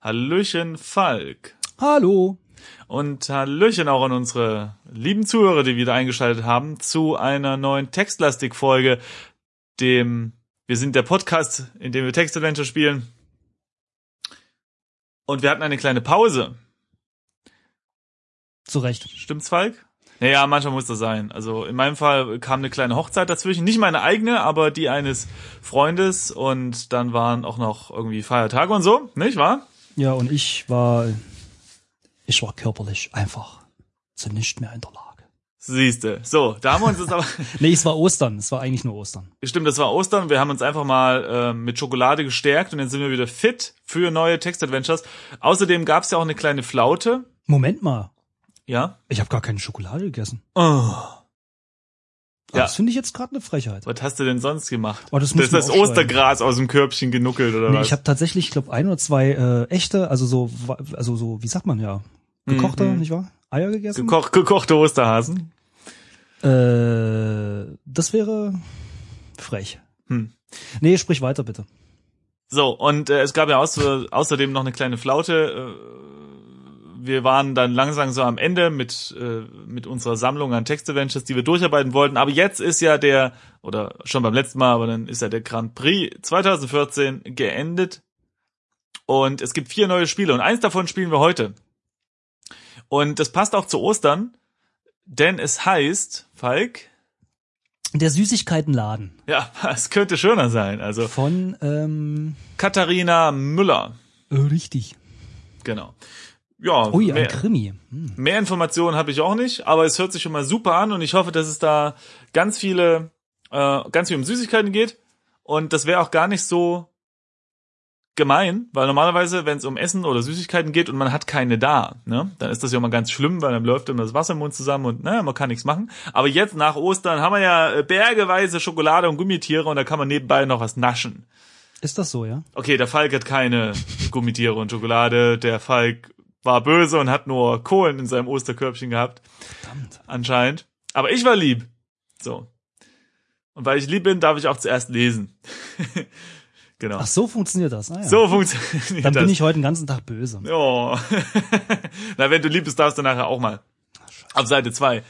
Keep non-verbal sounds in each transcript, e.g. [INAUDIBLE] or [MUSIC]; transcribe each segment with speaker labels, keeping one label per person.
Speaker 1: Hallöchen Falk
Speaker 2: Hallo.
Speaker 1: und Hallöchen auch an unsere lieben Zuhörer, die wieder eingeschaltet haben, zu einer neuen Textlastik-Folge, dem wir sind der Podcast, in dem wir Textadventure spielen. Und wir hatten eine kleine Pause.
Speaker 2: Zu Recht.
Speaker 1: Stimmt's, Falk? Naja, manchmal muss das sein. Also in meinem Fall kam eine kleine Hochzeit dazwischen. Nicht meine eigene, aber die eines Freundes. Und dann waren auch noch irgendwie Feiertage und so, nicht wahr?
Speaker 2: Ja, und ich war, ich war körperlich einfach zu nicht mehr in der Lage.
Speaker 1: Siehste. So, da haben wir uns jetzt aber
Speaker 2: Nee, es war Ostern. Es war eigentlich nur Ostern.
Speaker 1: Stimmt, das war Ostern. Wir haben uns einfach mal ähm, mit Schokolade gestärkt und jetzt sind wir wieder fit für neue Textadventures. Außerdem gab's ja auch eine kleine Flaute.
Speaker 2: Moment mal.
Speaker 1: Ja.
Speaker 2: Ich habe gar keine Schokolade gegessen.
Speaker 1: Oh.
Speaker 2: Aber
Speaker 1: Ja.
Speaker 2: Das finde ich jetzt gerade eine Frechheit.
Speaker 1: Was hast du denn sonst gemacht?
Speaker 2: Oh, das
Speaker 1: das
Speaker 2: muss
Speaker 1: ist
Speaker 2: man
Speaker 1: das
Speaker 2: aufschreiben.
Speaker 1: Ostergras aus dem Körbchen genuckelt oder
Speaker 2: Nee,
Speaker 1: was?
Speaker 2: ich habe tatsächlich, ich glaube, ein oder zwei äh, echte, also so, wa- also so, wie sagt man ja, gekochte,
Speaker 1: Mhm.
Speaker 2: nicht wahr? Eier gegessen?
Speaker 1: Gekoch, gekochte Osterhasen.
Speaker 2: äh, das wäre frech.
Speaker 1: Hm.
Speaker 2: Nee, sprich weiter bitte.
Speaker 1: So, und äh, es gab ja außer, außerdem noch eine kleine Flaute. Äh, wir waren dann langsam so am Ende mit, äh, mit unserer Sammlung an Textadventures, die wir durcharbeiten wollten. Aber jetzt ist ja der, oder schon beim letzten Mal, aber dann ist ja der Grand Prix 2014 geendet. Und es gibt vier neue Spiele und eins davon spielen wir heute. Und das passt auch zu Ostern, denn es heißt, Falk,
Speaker 2: Der Süßigkeitenladen
Speaker 1: ja, [LAUGHS] es könnte schöner sein. Also
Speaker 2: von, ähm,
Speaker 1: Katharina Müller,
Speaker 2: äh, richtig.
Speaker 1: genau. Ja,
Speaker 2: Ui, ein
Speaker 1: mehr-
Speaker 2: Krimi. Hm.
Speaker 1: Mehr Informationen habe ich auch nicht, aber es hört sich schon mal super an und ich hoffe, dass es da ganz viele, äh, ganz viel um Süßigkeiten geht. Und das wäre auch gar nicht so gemein, weil normalerweise, wenn es um Essen oder Süßigkeiten geht und man hat keine da, ne, dann ist das ja immer ganz schlimm, weil dann läuft immer das Wasser im Mund zusammen und naja, man kann nichts machen. Aber jetzt nach Ostern haben wir ja äh, bergeweise Schokolade und Gummitiere und da kann man nebenbei noch was naschen.
Speaker 2: Ist das so, ja?
Speaker 1: Okay, der Falk hat keine Gummitiere und Schokolade. Der Falk war böse und hat nur Kohlen in seinem Osterkörbchen gehabt,
Speaker 2: Verdammt.
Speaker 1: anscheinend. Aber ich war lieb. So. Und weil ich lieb bin, darf ich auch zuerst lesen. [LAUGHS] genau.
Speaker 2: Ach, so funktioniert das. Ah, ja.
Speaker 1: so funktioniert
Speaker 2: Dann
Speaker 1: das.
Speaker 2: bin ich heute den ganzen Tag böse.
Speaker 1: Oh. [LAUGHS] Na, wenn du lieb bist, darfst du nachher auch mal. Auf Seite zwei.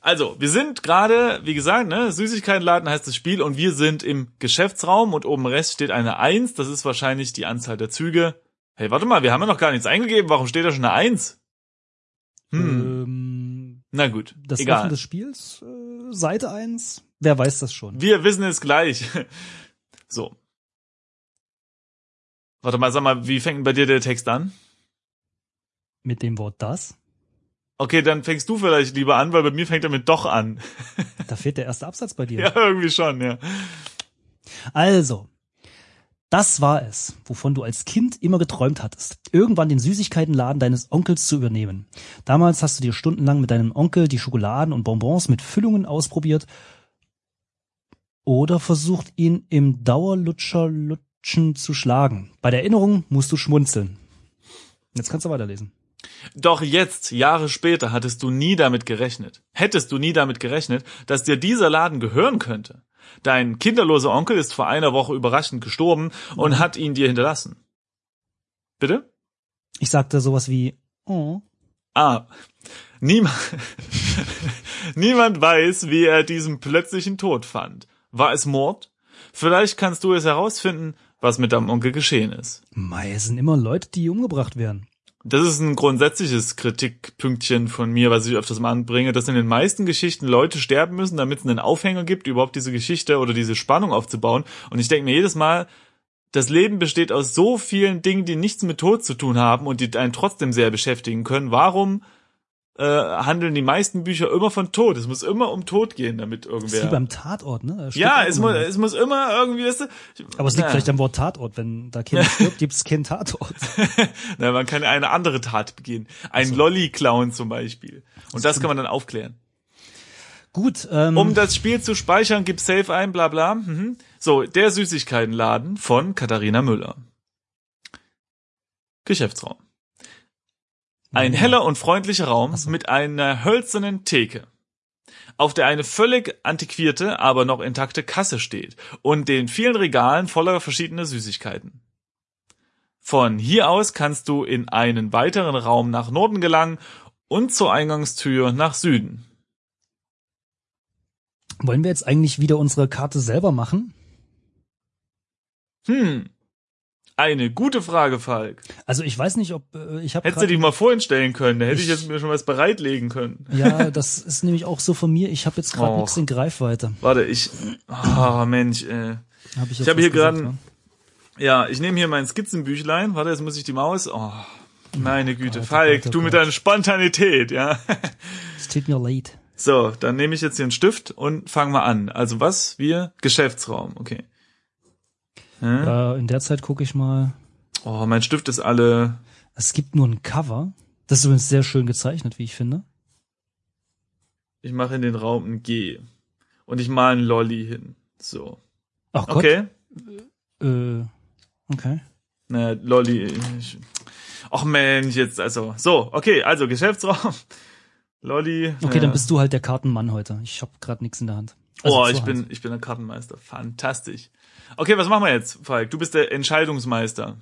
Speaker 1: Also, wir sind gerade, wie gesagt, ne, Süßigkeitenladen heißt das Spiel und wir sind im Geschäftsraum und oben rechts steht eine Eins. Das ist wahrscheinlich die Anzahl der Züge. Hey, warte mal, wir haben ja noch gar nichts eingegeben. Warum steht da schon eine Eins? Hm,
Speaker 2: Ähm,
Speaker 1: na gut,
Speaker 2: das Egal.
Speaker 1: egal.
Speaker 2: Öffnen des Spiels, äh, Seite eins. wer weiß das schon?
Speaker 1: Wir wissen es gleich. [LAUGHS] So. Warte mal, sag mal, wie fängt denn bei dir der Text an?
Speaker 2: Mit dem Wort das,
Speaker 1: Okay, dann fängst du vielleicht lieber an, weil bei mir fängt er mit doch an.
Speaker 2: da fehlt der erste Absatz bei dir.
Speaker 1: [LAUGHS] Ja, irgendwie schon, ja.
Speaker 2: Also, das war es, wovon du als Kind immer geträumt hattest, irgendwann den Süßigkeitenladen deines Onkels zu übernehmen. Damals hast du dir stundenlang mit deinem Onkel die Schokoladen und Bonbons mit Füllungen ausprobiert oder versucht, ihn im Dauerlutscher lutschen zu schlagen. Bei der Erinnerung musst du schmunzeln. Jetzt kannst du weiterlesen.
Speaker 1: Doch jetzt, Jahre später, hattest du nie damit gerechnet. Hättest du nie damit gerechnet, dass dir dieser Laden gehören könnte. Dein kinderloser Onkel ist vor einer Woche überraschend gestorben und hat ihn dir hinterlassen. Bitte?
Speaker 2: Ich sagte sowas wie, oh,
Speaker 1: Ah, niemand, [LAUGHS] niemand weiß, wie er diesen plötzlichen Tod fand. War es Mord? Vielleicht kannst du es herausfinden, was mit deinem Onkel geschehen ist.
Speaker 2: mei, es sind immer Leute, die umgebracht werden.
Speaker 1: Das ist ein grundsätzliches Kritikpünktchen von mir, was ich öfters mal anbringe, dass in den meisten Geschichten Leute sterben müssen, damit es einen Aufhänger gibt, überhaupt diese Geschichte oder diese Spannung aufzubauen. Und ich denke mir jedes Mal, das Leben besteht aus so vielen Dingen, die nichts mit Tod zu tun haben und die einen trotzdem sehr beschäftigen können. Warum äh, handeln die meisten Bücher immer von Tod? Es muss immer um Tod gehen, damit
Speaker 2: Das ist wie
Speaker 1: irgendwer.
Speaker 2: beim Tatort, ne? Da steht
Speaker 1: Ja,
Speaker 2: auch
Speaker 1: es
Speaker 2: immer
Speaker 1: muss,
Speaker 2: was.
Speaker 1: es muss immer irgendwie, weißt du,
Speaker 2: Aber es liegt
Speaker 1: Ja.
Speaker 2: vielleicht am Wort Tatort. Wenn
Speaker 1: [LAUGHS]
Speaker 2: da Kind stirbt, gibt's keinen Tatort.
Speaker 1: Na, man kann eine andere Tat begehen. Ein Lolli klauen zum Beispiel. Und das kann man dann aufklären.
Speaker 2: Gut, ähm,
Speaker 1: Um das Spiel zu speichern, gib Safe ein, bla bla. Mhm. So, der Süßigkeitenladen von Katharina Müller. Geschäftsraum. Ein heller und freundlicher Raum mit einer hölzernen Theke, auf der eine völlig antiquierte, aber noch intakte Kasse steht und den vielen Regalen voller verschiedener Süßigkeiten. Von hier aus kannst du in einen weiteren Raum nach Norden gelangen und zur Eingangstür nach Süden.
Speaker 2: Wollen wir jetzt eigentlich wieder unsere Karte selber machen?
Speaker 1: Hm. Eine gute Frage, Falk.
Speaker 2: Also ich weiß nicht, ob äh, ich habe
Speaker 1: Hättest du die mal vorhin stellen können, da hätte ich,
Speaker 2: Ich-
Speaker 1: jetzt mir schon was bereitlegen können.
Speaker 2: Ja, das ist nämlich auch so von mir. Ich habe jetzt gerade
Speaker 1: Och.
Speaker 2: nichts in Greifweite.
Speaker 1: Warte, ich. Oh, Mensch, äh.
Speaker 2: Hab ich
Speaker 1: Ich
Speaker 2: jetzt
Speaker 1: habe
Speaker 2: was
Speaker 1: hier
Speaker 2: gesagt,
Speaker 1: gerade
Speaker 2: ne?
Speaker 1: Ja, ich nehme hier mein Skizzenbüchlein. Warte, jetzt muss ich die Maus. Oh, meine Güte,
Speaker 2: Gott, oh
Speaker 1: Falk,
Speaker 2: Gott, oh
Speaker 1: du mit
Speaker 2: Gott.
Speaker 1: deiner Spontanität, ja.
Speaker 2: Es tut mir leid.
Speaker 1: So, dann nehme ich jetzt hier einen Stift und fangen wir an. Also was? Wir Geschäftsraum, okay. Hä?
Speaker 2: Äh, in der Zeit gucke ich mal.
Speaker 1: Oh, mein Stift ist alle.
Speaker 2: Es gibt nur ein Cover. Das ist übrigens sehr schön gezeichnet, wie ich finde.
Speaker 1: Ich mache in den Raum ein G und ich male einen Lolli hin. So,
Speaker 2: Ach Gott.
Speaker 1: okay.
Speaker 2: Äh, okay.
Speaker 1: Na, Ne, Lolli. Ich... Och Mensch, jetzt also. So, okay, also Geschäftsraum. [LAUGHS] Lolli. äh,
Speaker 2: Okay, dann bist du halt der Kartenmann heute. Ich habe gerade nichts in der Hand. Also
Speaker 1: Oh,
Speaker 2: zur
Speaker 1: ich
Speaker 2: Hand.
Speaker 1: bin, ich bin der Kartenmeister. Fantastisch. Okay, was machen wir jetzt, Falk? Du bist der Entscheidungsmeister.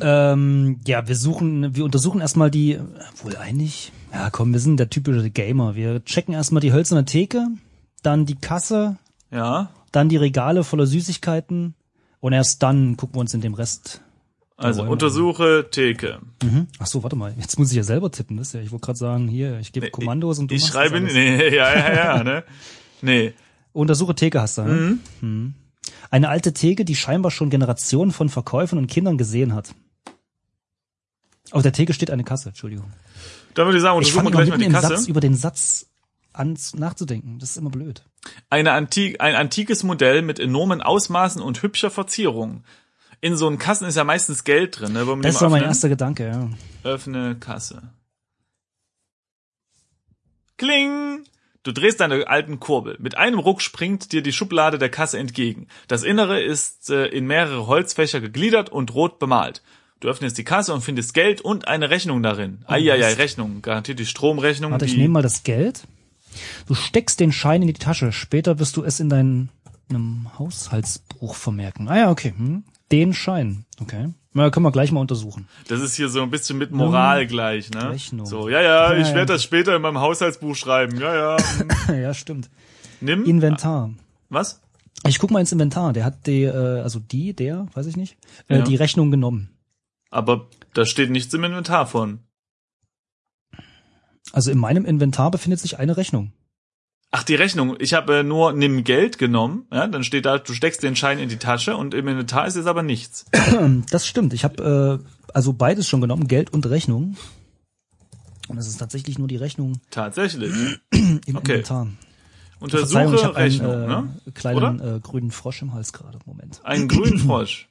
Speaker 2: Ähm, ja, wir suchen, wir untersuchen erstmal die, wohl eigentlich, ja komm, wir sind der typische Gamer. Wir checken erstmal die hölzerne Theke, dann die Kasse,
Speaker 1: Ja.
Speaker 2: dann die Regale voller Süßigkeiten und erst dann gucken wir uns in dem Rest.
Speaker 1: Also
Speaker 2: Räume.
Speaker 1: untersuche Theke.
Speaker 2: Mhm. Ach so, warte mal, jetzt muss ich ja selber tippen, das ist ja, ich wollte gerade sagen, hier, ich gebe
Speaker 1: Nee,
Speaker 2: Kommandos und du
Speaker 1: Ich
Speaker 2: machst
Speaker 1: schreibe, [LAUGHS]
Speaker 2: das alles.
Speaker 1: nee, ja, ja, ja, ne? Nee.
Speaker 2: Untersuche Theke hast du, ne?
Speaker 1: Mhm.
Speaker 2: Eine alte Theke, die scheinbar schon Generationen von Verkäufern und Kindern gesehen hat. Auf der Theke steht eine Kasse, Entschuldigung.
Speaker 1: Dann würde ich sagen,
Speaker 2: Ich
Speaker 1: untersuchen
Speaker 2: fange
Speaker 1: wir
Speaker 2: immer
Speaker 1: gleich mal
Speaker 2: mitten
Speaker 1: die
Speaker 2: im Satz
Speaker 1: Kasse.
Speaker 2: über den Satz an nachzudenken. Das ist immer blöd.
Speaker 1: Eine Antik, ein antikes Modell mit enormen Ausmaßen und hübscher Verzierung. In so einen Kassen ist ja meistens Geld drin, ne? Wollen wir
Speaker 2: Das
Speaker 1: die
Speaker 2: war
Speaker 1: mal
Speaker 2: mein
Speaker 1: öffnen?
Speaker 2: erster Gedanke, ja.
Speaker 1: Öffne Kasse. Kling! Du drehst deine alten Kurbel. Mit einem Ruck springt dir die Schublade der Kasse entgegen. Das Innere ist äh, in mehrere Holzfächer gegliedert und rot bemalt. Du öffnest die Kasse und findest Geld und eine Rechnung darin. Eieiei,
Speaker 2: Oh, was?
Speaker 1: Rechnung. Garantiert die Stromrechnung.
Speaker 2: Warte,
Speaker 1: die,
Speaker 2: ich nehme mal das Geld. Du steckst den Schein in die Tasche. Später wirst du es in deinem einem Haushaltsbuch vermerken. Ah ja, okay. Hm. Den Schein. Okay. Na, können wir gleich mal untersuchen. [LAUGHS]
Speaker 1: Das ist hier so ein bisschen mit Moral gleich, ne?
Speaker 2: Rechnung.
Speaker 1: So, ja, ja,
Speaker 2: Ja,
Speaker 1: ich
Speaker 2: ja.
Speaker 1: werde das später in meinem Haushaltsbuch schreiben.
Speaker 2: [LAUGHS]
Speaker 1: Ja, ja.
Speaker 2: ja, stimmt.
Speaker 1: Nimm.
Speaker 2: Inventar.
Speaker 1: Was?
Speaker 2: Ich guck mal ins Inventar. Der hat die, äh, also die, der, weiß ich nicht, äh,
Speaker 1: Ja.
Speaker 2: die Rechnung genommen.
Speaker 1: Aber da steht nichts im Inventar von.
Speaker 2: Also in meinem Inventar befindet sich eine Rechnung.
Speaker 1: Ach, die Rechnung. Ich habe äh, nur nimm Geld genommen. Ja, dann steht da, du steckst den Schein in die Tasche und im Inventar ist jetzt aber nichts.
Speaker 2: [LAUGHS] Das stimmt. Ich habe äh, also beides schon genommen, Geld und Rechnung. Und es ist tatsächlich nur die Rechnung
Speaker 1: Tatsächlich.
Speaker 2: im
Speaker 1: Okay.
Speaker 2: Inventar.
Speaker 1: Untersuche
Speaker 2: ich habe einen
Speaker 1: Rechnung,
Speaker 2: äh,
Speaker 1: ne?
Speaker 2: kleinen äh, grünen Frosch im Hals gerade. Moment.
Speaker 1: Einen
Speaker 2: [CLEARS THROAT]
Speaker 1: grünen Frosch.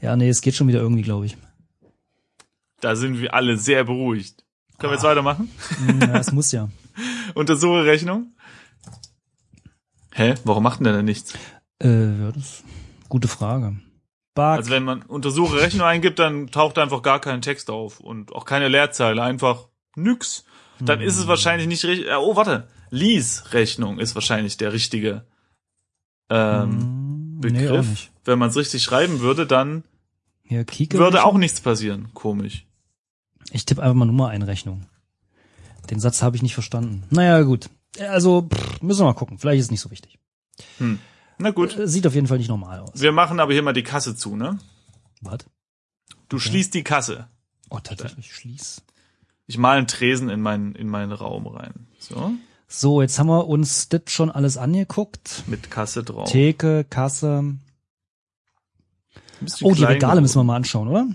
Speaker 2: Ja, nee, es geht schon wieder irgendwie, glaube ich.
Speaker 1: Da sind wir alle sehr beruhigt. Können wir jetzt weitermachen?
Speaker 2: Hm, ja, es muss
Speaker 1: [LAUGHS]
Speaker 2: ja.
Speaker 1: Untersuche Rechnung. Hä? Warum macht denn der denn nichts?
Speaker 2: Äh, ja, das gute Frage. Bug.
Speaker 1: Also wenn man untersuche Rechnung eingibt, dann taucht einfach gar kein Text auf und auch keine Leerzeile, einfach nix. Dann ist
Speaker 2: Hm.
Speaker 1: es wahrscheinlich nicht richtig. äh, Oh, warte. Lies Rechnung ist wahrscheinlich der richtige ähm,
Speaker 2: Hm, nee, auch
Speaker 1: Begriff.
Speaker 2: nicht. Genau.
Speaker 1: Wenn man es richtig schreiben würde, dann
Speaker 2: Ja, Kike.
Speaker 1: würde auch nichts passieren. Komisch.
Speaker 2: Ich tippe einfach mal Nummer ein Rechnung. Den Satz habe ich nicht verstanden. Naja, gut. Also, pff, müssen wir mal gucken. Vielleicht ist es nicht so wichtig.
Speaker 1: Na gut.
Speaker 2: Äh, Sieht auf jeden Fall nicht normal aus.
Speaker 1: Wir machen aber hier mal die Kasse zu, ne?
Speaker 2: Warte.
Speaker 1: Du schließt die Kasse.
Speaker 2: Oh,
Speaker 1: Äh.
Speaker 2: tatsächlich, schließ.
Speaker 1: Ich male einen Tresen in meinen, in meinen Raum rein. So.
Speaker 2: So, jetzt haben wir uns das schon alles angeguckt.
Speaker 1: Mit Kasse drauf.
Speaker 2: Theke, Kasse. Oh, die Regale müssen wir mal anschauen, oder?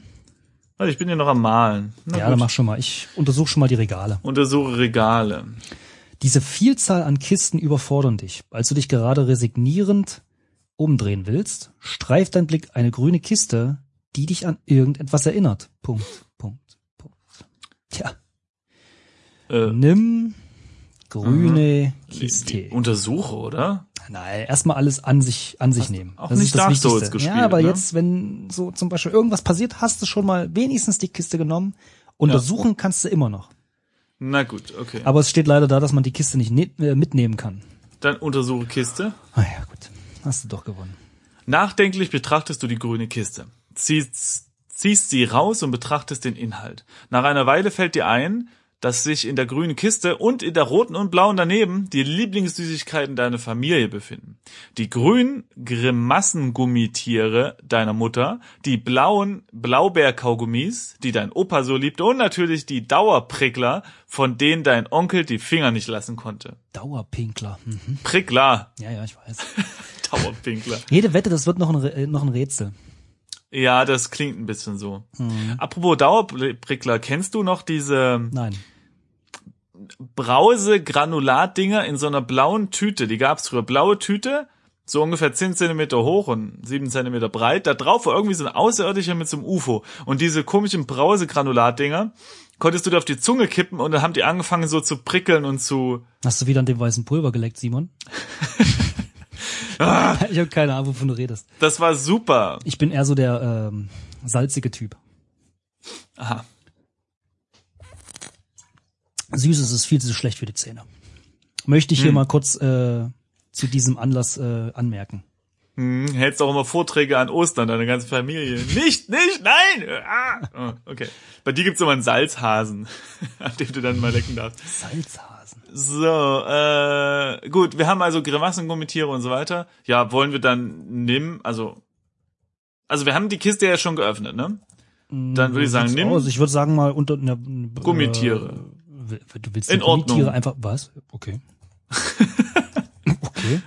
Speaker 1: Warte, ich bin hier noch am Malen. Na
Speaker 2: ja, dann mach schon mal. Ich untersuche schon mal die Regale.
Speaker 1: Untersuche Regale.
Speaker 2: Diese Vielzahl an Kisten überfordern dich. Als du dich gerade resignierend umdrehen willst, streift dein Blick eine grüne Kiste, die dich an irgendetwas erinnert. Punkt, Punkt, Punkt. Tja,
Speaker 1: Äh,
Speaker 2: nimm grüne
Speaker 1: die
Speaker 2: Kiste.
Speaker 1: Untersuche, oder?
Speaker 2: Nein, erstmal alles an sich, an sich nehmen.
Speaker 1: auch
Speaker 2: das
Speaker 1: nicht
Speaker 2: ist das
Speaker 1: Dark Souls
Speaker 2: Wichtigste.
Speaker 1: gespielt,
Speaker 2: ja, aber
Speaker 1: ne?
Speaker 2: jetzt, wenn so zum Beispiel irgendwas passiert, hast du schon mal wenigstens die Kiste genommen. Untersuchen kannst du immer noch.
Speaker 1: Na gut, okay.
Speaker 2: Aber es steht leider da, dass man die Kiste nicht ne äh, mitnehmen kann.
Speaker 1: Dann untersuche Kiste.
Speaker 2: Ah ja, gut. Hast du doch gewonnen.
Speaker 1: Nachdenklich betrachtest du die grüne Kiste. Ziehst, ziehst sie raus und betrachtest den Inhalt. Nach einer Weile fällt dir ein, dass sich in der grünen Kiste und in der roten und blauen daneben die Lieblingssüßigkeiten deiner Familie befinden. Die grünen Grimassengummitiere deiner Mutter, die blauen Blaubeerkaugummis, die dein Opa so liebte und natürlich die Dauerprickler, von denen dein Onkel die Finger nicht lassen konnte.
Speaker 2: Dauerpinkler. Mhm.
Speaker 1: Prickler, [LAUGHS]
Speaker 2: Ja, ja, ich weiß.
Speaker 1: Dauerpinkler.
Speaker 2: Jede Wette, das wird noch ein, Re- äh, noch ein Rätsel.
Speaker 1: Ja, das klingt ein bisschen so. Apropos Dauerprickler, kennst du noch diese
Speaker 2: Nein.
Speaker 1: Brause-Granulat-Dinger in so einer blauen Tüte. Die gab's früher. Blaue Tüte, so ungefähr 10 Zentimeter hoch und 7 Zentimeter breit. Da drauf war irgendwie so ein Außerirdischer mit so einem UFO. Und diese komischen Brause-Granulat-Dinger konntest du dir auf die Zunge kippen und dann haben die angefangen so zu prickeln und zu...
Speaker 2: Hast du wieder an dem weißen Pulver
Speaker 1: [LAUGHS]
Speaker 2: geleckt, Simon?
Speaker 1: Ah.
Speaker 2: [LAUGHS] ich habe keine Ahnung, wovon du redest.
Speaker 1: Das war super.
Speaker 2: Ich bin eher so der ähm, salzige Typ.
Speaker 1: Aha.
Speaker 2: Süßes ist viel zu schlecht für die Zähne. Möchte
Speaker 1: Hm.
Speaker 2: ich hier mal kurz äh, zu diesem Anlass äh, anmerken.
Speaker 1: Hm, hältst auch immer Vorträge an Ostern, deine ganze Familie. Nicht, nicht, nein! Ah, Oh, okay. Bei dir gibt's immer einen Salzhasen, [LAUGHS] an dem du dann mal lecken darfst.
Speaker 2: Salzhasen.
Speaker 1: So, äh, gut, wir haben also Grimassen, Gummitiere und so weiter. Ja, wollen wir dann nimm, also, also wir haben die Kiste ja schon geöffnet, ne? Dann
Speaker 2: Hm,
Speaker 1: würde ich sagen, nimm
Speaker 2: Aus. Ich würde sagen mal unter ne, ne,
Speaker 1: Gummitiere.
Speaker 2: Äh, w- du willst
Speaker 1: In
Speaker 2: die Gummitiere
Speaker 1: Ordnung.
Speaker 2: einfach was?
Speaker 1: [LAUGHS]
Speaker 2: Okay. okay.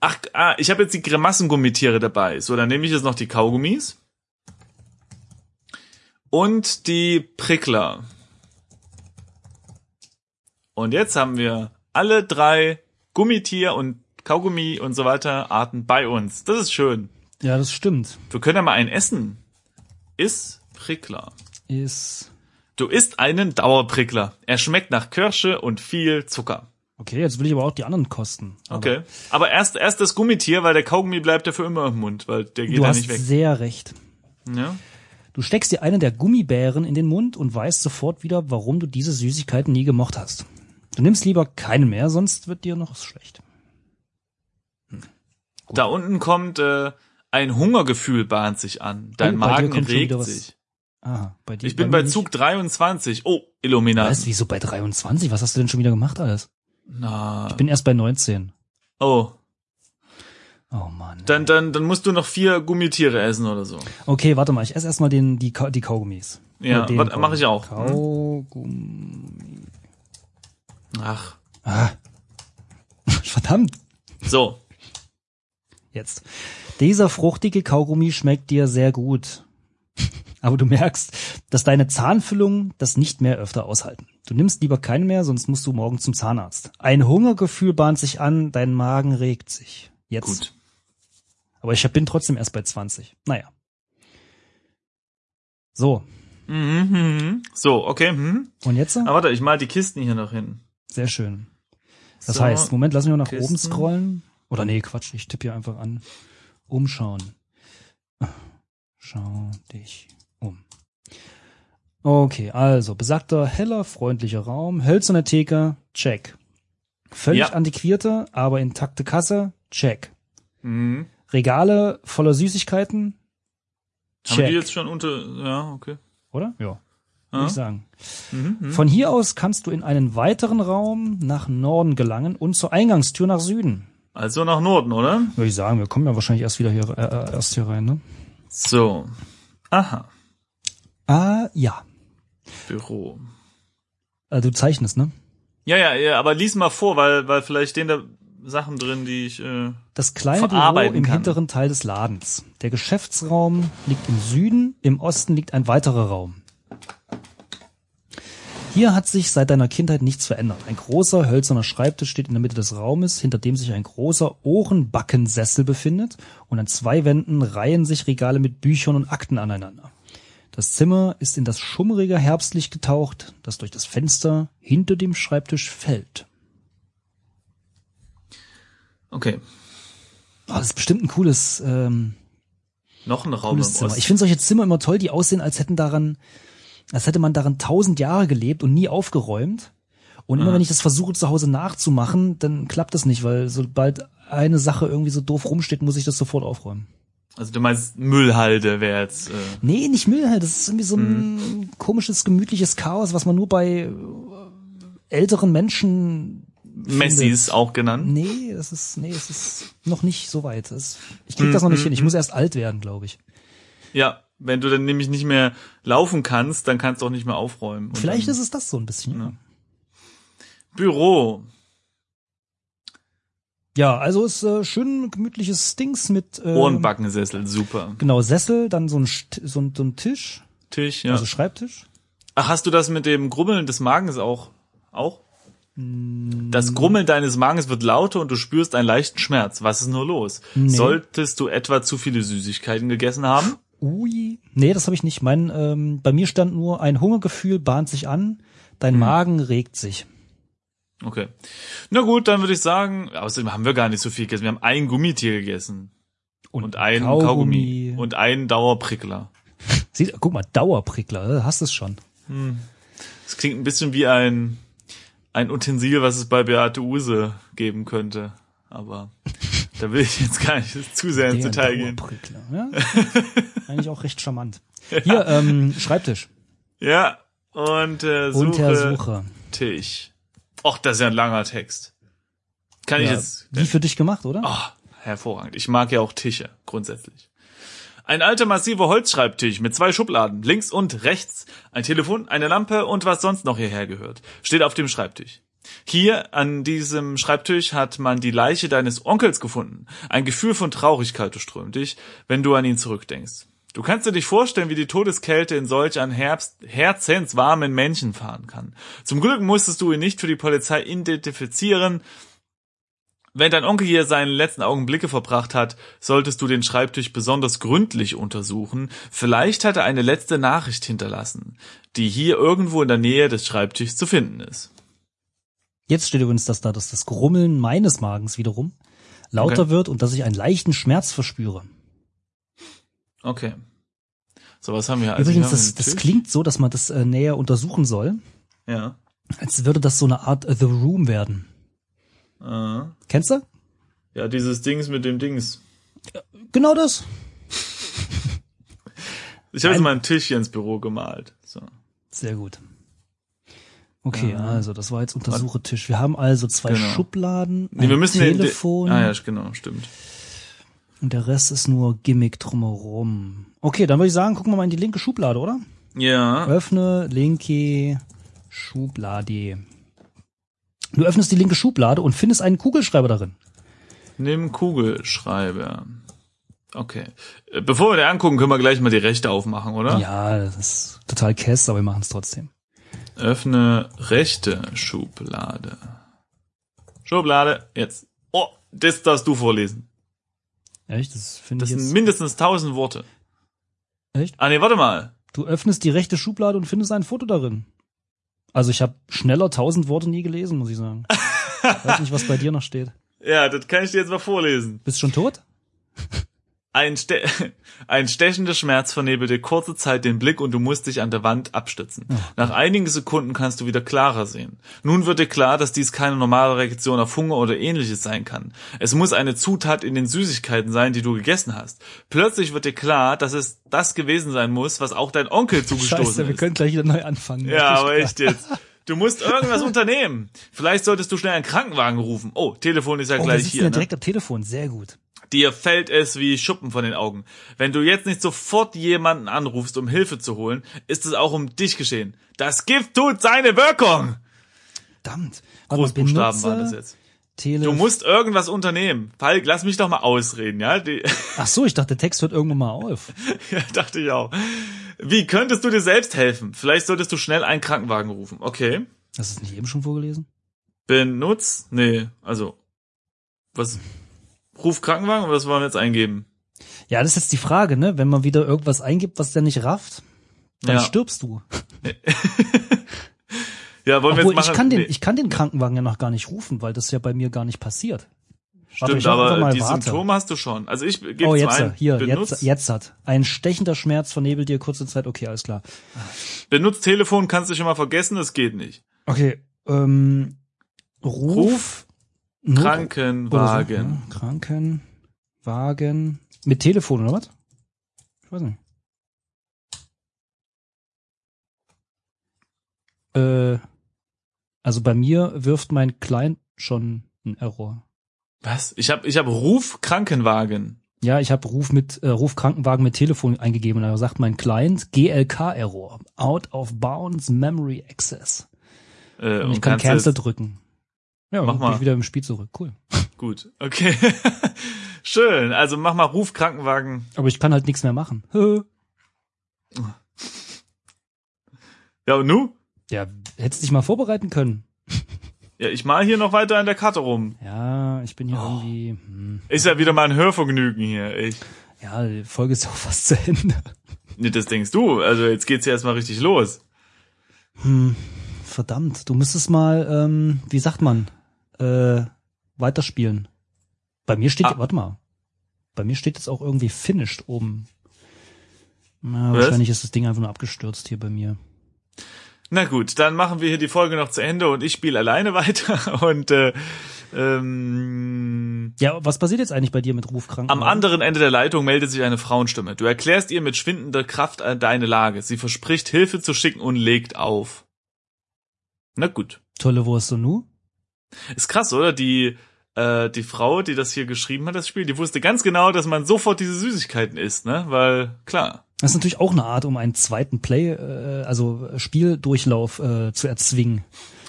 Speaker 1: Ach, ah, ich habe jetzt die Grimassengummitiere dabei. So, dann nehme ich jetzt noch die Kaugummis. Und die Prickler. Und jetzt haben wir alle drei Gummitier und Kaugummi und so weiter Arten bei uns. Das ist schön.
Speaker 2: Ja, das stimmt.
Speaker 1: Wir können ja mal einen essen. Iss Prickler.
Speaker 2: Ist
Speaker 1: Du isst einen Dauerprickler. Er schmeckt nach Kirsche und viel Zucker.
Speaker 2: okay. Jetzt will ich aber auch die anderen kosten. Aber
Speaker 1: Okay. Aber erst, erst das Gummitier, weil der Kaugummi bleibt ja für immer im Mund, weil der geht
Speaker 2: Du
Speaker 1: ja
Speaker 2: hast
Speaker 1: nicht weg.
Speaker 2: sehr recht.
Speaker 1: Ja?
Speaker 2: Du steckst dir einen der Gummibären in den Mund und weißt sofort wieder, warum du diese Süßigkeiten nie gemocht hast. Du nimmst lieber keinen mehr, sonst wird dir noch schlecht.
Speaker 1: Da unten kommt äh, ein Hungergefühl bahnt sich an. Dein
Speaker 2: Oh, bei dir
Speaker 1: Magen
Speaker 2: kommt schon wieder
Speaker 1: regt
Speaker 2: was.
Speaker 1: sich.
Speaker 2: Aha, bei dir.
Speaker 1: Ich bin
Speaker 2: mir
Speaker 1: bei
Speaker 2: nicht.
Speaker 1: Zug 23. Oh, Illumina.
Speaker 2: Was? Wieso bei 23? Was hast du denn schon wieder gemacht alles?
Speaker 1: Na.
Speaker 2: Ich bin erst bei 19.
Speaker 1: Oh,
Speaker 2: Oh Mann.
Speaker 1: dann, dann, dann musst du noch vier Gummitiere essen oder so.
Speaker 2: Okay, warte mal, ich esse erstmal den, die, Ka die Kaugummis.
Speaker 1: Ja,
Speaker 2: Oder den
Speaker 1: warte, mach ich auch.
Speaker 2: Kaugummi. [LAUGHS]
Speaker 1: Ach.
Speaker 2: Ah. Verdammt.
Speaker 1: So.
Speaker 2: Jetzt. Dieser fruchtige Kaugummi schmeckt dir sehr gut. [LAUGHS] Aber du merkst, dass deine Zahnfüllungen das nicht mehr öfter aushalten. Du nimmst lieber keinen mehr, sonst musst du morgen zum Zahnarzt. Ein Hungergefühl bahnt sich an, dein Magen regt sich. Jetzt.
Speaker 1: Gut.
Speaker 2: Aber ich bin trotzdem erst bei 20. Naja. So.
Speaker 1: Mhm, mhm. So, okay. Mhm.
Speaker 2: Und jetzt?
Speaker 1: Ah, warte, ich mal die Kisten hier noch hin.
Speaker 2: Sehr schön. Das
Speaker 1: So,
Speaker 2: heißt, Moment, lass mich mal nach
Speaker 1: Kisten.
Speaker 2: oben scrollen. Oder nee, Quatsch, ich tippe hier einfach an. Umschauen. Schau dich um. Okay, also, besagter heller, freundlicher Raum, hölzerne Theke, check. Völlig
Speaker 1: Ja.
Speaker 2: antiquierte, aber intakte Kasse, check.
Speaker 1: Mhm.
Speaker 2: Regale voller Süßigkeiten,
Speaker 1: Haben wir die
Speaker 2: check.
Speaker 1: jetzt schon unter. Ja, okay.
Speaker 2: Oder? Ja. Würde
Speaker 1: Ja.
Speaker 2: ich sagen.
Speaker 1: Mhm, mhm.
Speaker 2: Von hier aus kannst du in einen weiteren Raum nach Norden gelangen und zur Eingangstür nach Süden.
Speaker 1: Also nach Norden, oder?
Speaker 2: Würde ich sagen, wir kommen ja wahrscheinlich erst wieder hier, äh, äh, erst hier rein, ne?
Speaker 1: So. Aha.
Speaker 2: Ah, ja.
Speaker 1: Büro.
Speaker 2: Äh, du zeichnest, ne?
Speaker 1: Ja, ja, ja, aber lies mal vor, weil, weil vielleicht stehen da Sachen drin, die ich. Äh,
Speaker 2: Das kleine Büro
Speaker 1: Verarbeiten
Speaker 2: im
Speaker 1: kann.
Speaker 2: hinteren Teil des Ladens. Der Geschäftsraum liegt im Süden, im Osten liegt ein weiterer Raum. Hier hat sich seit deiner Kindheit nichts verändert. Ein großer hölzerner Schreibtisch steht in der Mitte des Raumes, hinter dem sich ein großer Ohrenbackensessel befindet und an zwei Wänden reihen sich Regale mit Büchern und Akten aneinander. Das Zimmer ist in das schummrige Herbstlicht getaucht, das durch das Fenster hinter dem Schreibtisch fällt.
Speaker 1: okay.
Speaker 2: Oh, das ist bestimmt ein cooles ähm,
Speaker 1: Noch ein Raum im
Speaker 2: cooles Zimmer.
Speaker 1: Osten.
Speaker 2: Ich finde solche Zimmer immer toll, die aussehen, als hätten daran, als hätte man daran tausend Jahre gelebt und nie aufgeräumt. Und
Speaker 1: Mhm.
Speaker 2: immer wenn ich das versuche zu Hause nachzumachen, dann klappt das nicht, weil sobald eine Sache irgendwie so doof rumsteht, muss ich das sofort aufräumen.
Speaker 1: Also du meinst Müllhalde wäre jetzt. Äh,
Speaker 2: Nee, nicht Müll halt. Das ist irgendwie so ein
Speaker 1: Mhm.
Speaker 2: komisches, gemütliches Chaos, was man nur bei äh, älteren Menschen. findet.
Speaker 1: Messis auch genannt.
Speaker 2: Nee, das ist, nee, es ist noch nicht so weit. Das, ich
Speaker 1: Mhm,
Speaker 2: krieg das noch nicht hin. Ich muss erst alt werden, glaube ich.
Speaker 1: Ja. Wenn du dann nämlich nicht mehr laufen kannst, dann kannst du auch nicht mehr aufräumen. Und
Speaker 2: Vielleicht
Speaker 1: dann-
Speaker 2: ist es das so ein bisschen. Ja,
Speaker 1: Büro.
Speaker 2: ja also ist äh, schön gemütliches Dings mit äh,
Speaker 1: Ohrenbackensessel, super.
Speaker 2: Genau, Sessel, dann so ein, St- so ein, so ein Tisch,
Speaker 1: Tisch, ja.
Speaker 2: also Schreibtisch.
Speaker 1: Ach, hast du das mit dem Grummeln des Magens auch? Auch?
Speaker 2: Hm.
Speaker 1: Das Grummeln deines Magens wird lauter und du spürst einen leichten Schmerz. Was ist nur los? Solltest du etwa zu viele Süßigkeiten gegessen haben?
Speaker 2: Ui. Nee, das habe ich nicht. Mein, ähm, bei mir stand nur, ein Hungergefühl bahnt sich an, dein
Speaker 1: Hm.
Speaker 2: Magen regt sich.
Speaker 1: Okay. Na gut, dann würde ich sagen, außerdem haben wir gar nicht so viel gegessen. Wir haben ein Gummitier gegessen und einen Kaugummi, und einen Dauerprickler.
Speaker 2: Sieh, guck mal, Dauerprickler, äh, hast es schon.
Speaker 1: Das klingt ein bisschen wie ein, ein Utensil, was es bei Beate Use geben könnte.
Speaker 2: [LAUGHS]
Speaker 1: Aber da will ich jetzt gar nicht zu sehr ins
Speaker 2: Der
Speaker 1: Detail gehen.
Speaker 2: Dauerprickler,
Speaker 1: [LAUGHS]
Speaker 2: ja? Eigentlich auch recht charmant. Hier, ähm, Schreibtisch.
Speaker 1: Ja, und äh, Suche,
Speaker 2: Untersuche.
Speaker 1: Tisch. Och, das ist ja ein langer Text. Kann ich
Speaker 2: Ja,
Speaker 1: jetzt...
Speaker 2: wie für dich gemacht, oder?
Speaker 1: Oh, hervorragend. Ich mag ja auch Tische, grundsätzlich. Ein alter massiver Holzschreibtisch mit zwei Schubladen, links und rechts, ein Telefon, eine Lampe und was sonst noch hierher gehört, steht auf dem Schreibtisch. Hier an diesem Schreibtisch hat man die Leiche deines Onkels gefunden. Ein Gefühl von Traurigkeit durchströmt dich, wenn du an ihn zurückdenkst. Du kannst dir nicht vorstellen, wie die Todeskälte in solch einen Herbst herzenswarmen Menschen fahren kann. Zum Glück musstest du ihn nicht für die Polizei identifizieren, wenn dein Onkel hier seine letzten Augenblicke verbracht hat, solltest du den Schreibtisch besonders gründlich untersuchen. Vielleicht hat er eine letzte Nachricht hinterlassen, die hier irgendwo in der Nähe des Schreibtischs zu finden ist.
Speaker 2: Jetzt steht übrigens das da, dass das Grummeln meines Magens wiederum lauter
Speaker 1: Okay.
Speaker 2: wird und dass ich einen leichten Schmerz verspüre.
Speaker 1: Okay. So, was haben wir also?
Speaker 2: übrigens,
Speaker 1: hier haben
Speaker 2: das,
Speaker 1: wir
Speaker 2: das
Speaker 1: einen
Speaker 2: klingt so, dass man das äh, näher untersuchen soll,
Speaker 1: Tisch.
Speaker 2: als würde das so eine Art äh, The Room werden.
Speaker 1: Ja.
Speaker 2: Kennst du?
Speaker 1: Äh, Ah. ja, dieses Dings mit dem Dings.
Speaker 2: Genau das.
Speaker 1: Ich habe jetzt
Speaker 2: Ein-
Speaker 1: mal einen Tisch hier ins Büro gemalt. So.
Speaker 2: Sehr gut. Okay,
Speaker 1: Ja.
Speaker 2: also das war jetzt Untersuchetisch. Wir haben also zwei
Speaker 1: Genau.
Speaker 2: Schubladen, ein
Speaker 1: Nee, wir müssen den-
Speaker 2: Telefon
Speaker 1: Den, ah ja, genau, stimmt.
Speaker 2: und der Rest ist nur Gimmick drumherum. Okay, dann würde ich sagen, gucken wir mal in die linke Schublade, oder?
Speaker 1: Ja.
Speaker 2: Öffne linke Schublade. Du öffnest die linke Schublade und findest einen Kugelschreiber darin.
Speaker 1: Nimm Kugelschreiber. Okay. Äh, Bevor wir den angucken, können wir gleich mal die rechte aufmachen, oder?
Speaker 2: Ja, das ist total kess, aber wir machen es trotzdem.
Speaker 1: Öffne rechte Schublade. Schublade, jetzt. Oh, das darfst du vorlesen.
Speaker 2: Echt? Das finde
Speaker 1: Das
Speaker 2: ich
Speaker 1: sind
Speaker 2: jetzt.
Speaker 1: mindestens tausend Worte.
Speaker 2: Echt?
Speaker 1: Ah nee, warte mal.
Speaker 2: Du öffnest die rechte Schublade und findest ein Foto darin. Also ich habe schneller tausend Worte nie gelesen, muss
Speaker 1: [LAUGHS]
Speaker 2: ich sagen. Weiß nicht, was bei dir noch steht.
Speaker 1: Ja, das kann ich dir jetzt mal vorlesen.
Speaker 2: Bist schon tot?
Speaker 1: Ein, Ste [LAUGHS] ein stechender Schmerz vernebelte kurze Zeit den Blick und du musst dich an der Wand abstützen. Nach einigen Sekunden kannst du wieder klarer sehen. Nun wird dir klar, dass dies keine normale Reaktion auf Hunger oder ähnliches sein kann. Es muss eine Zutat in den Süßigkeiten sein, die du gegessen hast. Plötzlich wird dir klar, dass es das gewesen sein muss, was auch dein Onkel zugestoßen
Speaker 2: Scheiße, wir
Speaker 1: ist.
Speaker 2: können gleich wieder neu anfangen.
Speaker 1: Ja, aber echt jetzt. Du musst irgendwas unternehmen. Vielleicht solltest du schnell einen Krankenwagen rufen. Oh, Telefon ist ja
Speaker 2: Oh, wir
Speaker 1: gleich
Speaker 2: sitzen
Speaker 1: hier.
Speaker 2: ja
Speaker 1: ne?
Speaker 2: direkt am Telefon, sehr gut.
Speaker 1: Dir fällt es wie Schuppen von den Augen. Wenn du jetzt nicht sofort jemanden anrufst, um Hilfe zu holen, ist es auch um dich geschehen. Das Gift tut seine Wirkung.
Speaker 2: Verdammt. Warte mal,
Speaker 1: Großbuchstaben
Speaker 2: benutze
Speaker 1: waren das jetzt.
Speaker 2: Tele
Speaker 1: Du musst irgendwas unternehmen. Falk, lass mich doch mal ausreden, ja? Die, [LAUGHS]
Speaker 2: Ach so, ich dachte, der Text hört irgendwann mal auf.
Speaker 1: ja, dachte ich auch. Wie könntest du dir selbst helfen? Vielleicht solltest du schnell einen Krankenwagen rufen. Okay.
Speaker 2: Das ist nicht eben schon vorgelesen?
Speaker 1: Benutz, nee, also, was, ruf Krankenwagen oder was wollen wir jetzt eingeben?
Speaker 2: Ja, das ist jetzt die Frage, ne? Wenn man wieder irgendwas eingibt, was der nicht rafft, dann
Speaker 1: Ja.
Speaker 2: stirbst du.
Speaker 1: Ja, wollen wir
Speaker 2: Obwohl,
Speaker 1: jetzt
Speaker 2: ich
Speaker 1: machen?
Speaker 2: kann, den,
Speaker 1: nee,
Speaker 2: ich kann den Krankenwagen ja noch gar nicht rufen, weil das ja bei mir gar nicht passiert. Warte,
Speaker 1: stimmt,
Speaker 2: ich mach einfach
Speaker 1: aber
Speaker 2: mal
Speaker 1: die
Speaker 2: warte.
Speaker 1: Symptome hast du schon. Also ich gebe
Speaker 2: Oh,
Speaker 1: zum
Speaker 2: jetzt,
Speaker 1: einen,
Speaker 2: hier,
Speaker 1: benutz,
Speaker 2: jetzt, jetzt hat. Ein stechender Schmerz vernebelt dir kurze Zeit. Okay, alles klar.
Speaker 1: benutz Telefon, kannst du schon mal vergessen, das geht nicht.
Speaker 2: Okay, ähm, Ruf,
Speaker 1: Ruf,
Speaker 2: Not- oder So,
Speaker 1: Krankenwagen.
Speaker 2: ne? Krankenwagen. Mit Telefon oder was? Ich weiß nicht. Äh, also bei mir wirft mein Client schon einen Error.
Speaker 1: Was? Ich habe ich hab Ruf Krankenwagen.
Speaker 2: Ja, ich habe Ruf mit äh, Ruf Krankenwagen mit Telefon eingegeben und da sagt mein Client GLK Error out of bounds memory access.
Speaker 1: Äh,
Speaker 2: Und ich kann
Speaker 1: kannst du-
Speaker 2: Cancel drücken. Ja,
Speaker 1: Mach
Speaker 2: und bin
Speaker 1: mal.
Speaker 2: ich wieder im Spiel zurück. Cool.
Speaker 1: Gut, okay. [LAUGHS] Schön. Also mach mal Ruf Krankenwagen.
Speaker 2: Aber ich kann halt nichts mehr machen. Hö.
Speaker 1: Ja, und nu?
Speaker 2: Ja, hättest dich mal vorbereiten können.
Speaker 1: Ja, ich mal hier noch weiter an der Karte rum.
Speaker 2: Ja, ich bin hier
Speaker 1: Oh.
Speaker 2: irgendwie. Hm.
Speaker 1: Ist ja wieder mal ein Hörvergnügen hier. Ich,
Speaker 2: Ja, die Folge ist [LAUGHS] ja auch fast zu Ende.
Speaker 1: nee, das denkst du. Also jetzt geht's ja erstmal richtig los.
Speaker 2: Hm. Verdammt, du müsstest mal, ähm, wie sagt man, äh, weiterspielen. Bei mir steht,
Speaker 1: Ah.
Speaker 2: warte mal, bei mir steht jetzt auch irgendwie finished oben. Na,
Speaker 1: Was?
Speaker 2: wahrscheinlich ist das Ding einfach nur abgestürzt hier bei mir.
Speaker 1: Na gut, dann machen wir hier die Folge noch zu Ende und ich spiele alleine [LAUGHS] weiter. Und äh, ähm,
Speaker 2: Ja, was passiert jetzt eigentlich bei dir mit Rufkranken?
Speaker 1: Am anderen Ende der Leitung meldet sich eine Frauenstimme. Du erklärst ihr mit schwindender Kraft äh, deine Lage. Sie verspricht, Hilfe zu schicken und legt auf. Na gut.
Speaker 2: Tolle Wurst und nu?
Speaker 1: Ist krass, oder? Die, äh, die Frau, die das hier geschrieben hat, das Spiel, die wusste ganz genau, dass man sofort diese Süßigkeiten isst, ne? Weil, klar.
Speaker 2: Das ist natürlich auch eine Art, um einen zweiten Play, äh, also Spieldurchlauf äh, zu erzwingen.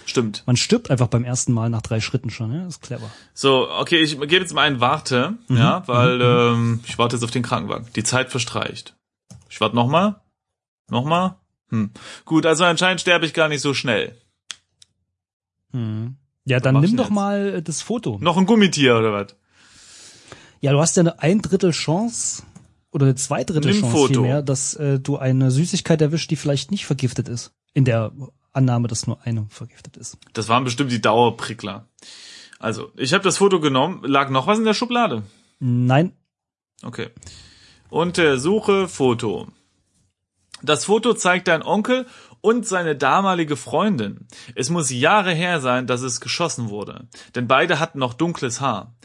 Speaker 1: Stimmt.
Speaker 2: Man stirbt einfach beim ersten Mal nach drei Schritten schon, ja? Das ist clever.
Speaker 1: So, okay, ich gebe jetzt mal einen Warte, ja, weil ähm, ich warte jetzt auf den Krankenwagen. Die Zeit verstreicht. Ich warte nochmal. Nochmal. Hm. Gut, also anscheinend sterbe ich gar nicht so schnell.
Speaker 2: Mhm. Ja, dann
Speaker 1: mach
Speaker 2: nimm
Speaker 1: ich denn
Speaker 2: doch
Speaker 1: jetzt?
Speaker 2: mal äh, das Foto.
Speaker 1: Noch ein Gummitier oder was?
Speaker 2: Ja, du hast ja eine ein Drittel Chance oder eine Zweidrittel
Speaker 1: Nimm
Speaker 2: Chance
Speaker 1: Foto.
Speaker 2: vielmehr, dass äh, du eine Süßigkeit erwischt, die vielleicht nicht vergiftet ist. In der Annahme, dass nur eine vergiftet ist.
Speaker 1: Das waren bestimmt die Dauerprickler. Also, ich habe das Foto genommen. Lag noch was in der Schublade?
Speaker 2: Nein,
Speaker 1: Okay. Und äh, suche Foto. Das Foto zeigt dein Onkel und seine damalige Freundin. Es muss Jahre her sein, dass es geschossen wurde, denn beide hatten noch dunkles Haar.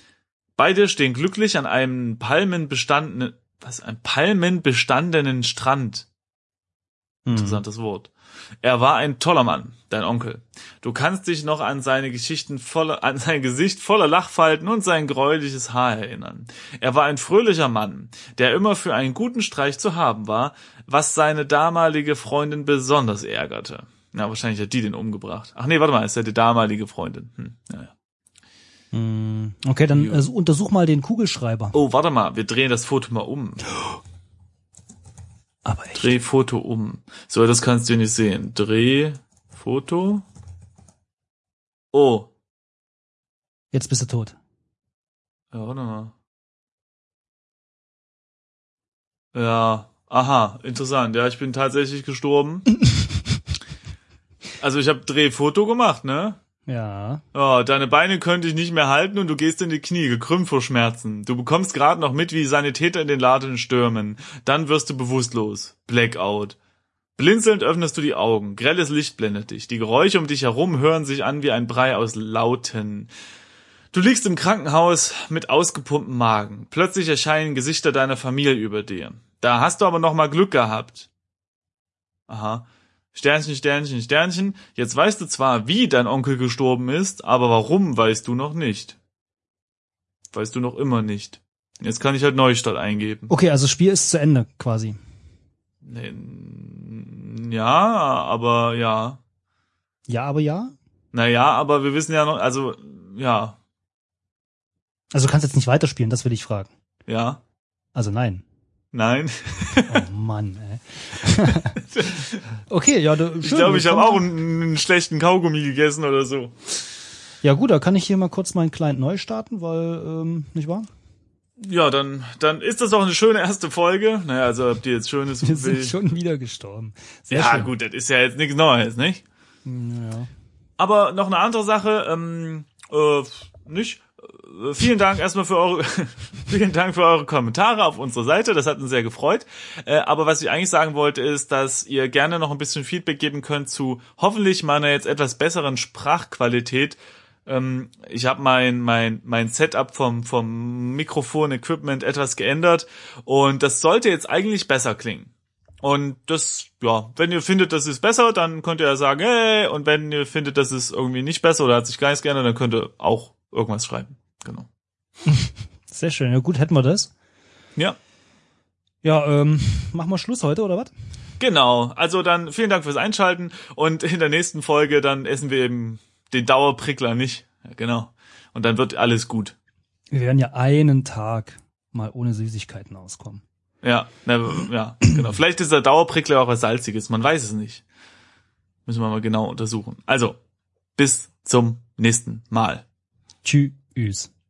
Speaker 1: Beide stehen glücklich an einem palmenbestandenen, was, einem palmenbestandenen Strand. Interessantes Wort. Er war ein toller Mann, dein Onkel. Du kannst dich noch an seine Geschichten voller, [LAUGHS] an sein Gesicht voller Lachfalten und sein gräuliches Haar erinnern. Er war ein fröhlicher Mann, der immer für einen guten Streich zu haben war, was seine damalige Freundin besonders ärgerte. Na, wahrscheinlich hat die den umgebracht. Ach nee, warte mal, ist ja die damalige Freundin. Hm, naja.
Speaker 2: Hm. Okay, dann äh, untersuch mal den Kugelschreiber.
Speaker 1: Oh, warte mal, wir drehen das Foto mal um.
Speaker 2: Aber echt.
Speaker 1: Dreh Foto um. So, das kannst du nicht sehen. Dreh Foto. Oh,
Speaker 2: Jetzt bist du tot.
Speaker 1: Ja, warte mal. Ja, aha, interessant. Ja, ich bin tatsächlich gestorben. Also ich habe Drehfoto gemacht, ne?
Speaker 2: Ja.
Speaker 1: Ja, deine Beine können dich nicht mehr halten und du gehst in die Knie, gekrümmt vor Schmerzen. Du bekommst gerade noch mit, wie Sanitäter in den Laden stürmen. Dann wirst du bewusstlos. Blackout. Blinzelnd öffnest du die Augen. Grelles Licht blendet dich. Die Geräusche um dich herum hören sich an wie ein Brei aus Lauten. Du liegst im Krankenhaus mit ausgepumptem Magen. Plötzlich erscheinen Gesichter deiner Familie über dir. Da hast du aber noch mal Glück gehabt. Aha. Sternchen, Sternchen, Sternchen. Jetzt weißt du zwar, wie dein Onkel gestorben ist, aber warum weißt du noch nicht. Weißt du noch immer nicht. Jetzt kann ich halt Neustadt eingeben.
Speaker 2: Okay, also das Spiel ist zu Ende quasi.
Speaker 1: Nee, n- ja, aber ja.
Speaker 2: Ja, aber ja.
Speaker 1: Naja, aber wir wissen ja noch, also, ja,
Speaker 2: Also du kannst jetzt nicht weiterspielen, das will ich fragen.
Speaker 1: ja,
Speaker 2: Also nein.
Speaker 1: nein.
Speaker 2: Oh [LAUGHS] Mann, ey. [LAUGHS] okay, ja, da, schön.
Speaker 1: Ich glaube, ich
Speaker 2: willkommen.
Speaker 1: habe auch einen, einen schlechten Kaugummi gegessen oder so.
Speaker 2: Ja gut, da kann ich hier mal kurz meinen Client neu starten, weil, ähm, nicht wahr?
Speaker 1: Ja, dann, dann ist das doch eine schöne erste Folge. Naja, also habt ihr jetzt schönes
Speaker 2: Wir sind
Speaker 1: Bild-
Speaker 2: schon wieder gestorben. Sehr
Speaker 1: Ja,
Speaker 2: schön.
Speaker 1: gut, das ist ja jetzt nichts Neues, nicht?
Speaker 2: Ja.
Speaker 1: Aber noch eine andere Sache, ähm, äh, nicht? Äh, äh, vielen Dank erstmal für eure, [LAUGHS] vielen Dank für eure Kommentare auf unserer Seite. Das hat uns sehr gefreut. Äh, aber was ich eigentlich sagen wollte, ist, dass ihr gerne noch ein bisschen Feedback geben könnt zu hoffentlich meiner jetzt etwas besseren Sprachqualität. Ähm, ich habe mein, mein, mein Setup vom, vom Mikrofon-Equipment etwas geändert und das sollte jetzt eigentlich besser klingen. Und das, ja, wenn ihr findet, das ist besser, dann könnt ihr ja sagen, hey, und wenn ihr findet, das ist irgendwie nicht besser oder hat sich gar nichts geändert, dann könnt ihr auch irgendwas schreiben. Genau.
Speaker 2: Sehr schön. Ja, gut, hätten wir das.
Speaker 1: Ja.
Speaker 2: Ja, ähm, machen wir Schluss heute, oder was?
Speaker 1: Genau. Also dann vielen Dank fürs Einschalten und in der nächsten Folge dann essen wir eben den Dauerprickler nicht. Ja, genau. Und dann wird alles gut.
Speaker 2: Wir werden ja einen Tag mal ohne Süßigkeiten auskommen.
Speaker 1: Ja, na, ja, genau. Vielleicht ist der Dauerprickler auch was Salziges. Man weiß es nicht. Müssen wir mal genau untersuchen. Also, bis zum nächsten Mal.
Speaker 2: Tschüss.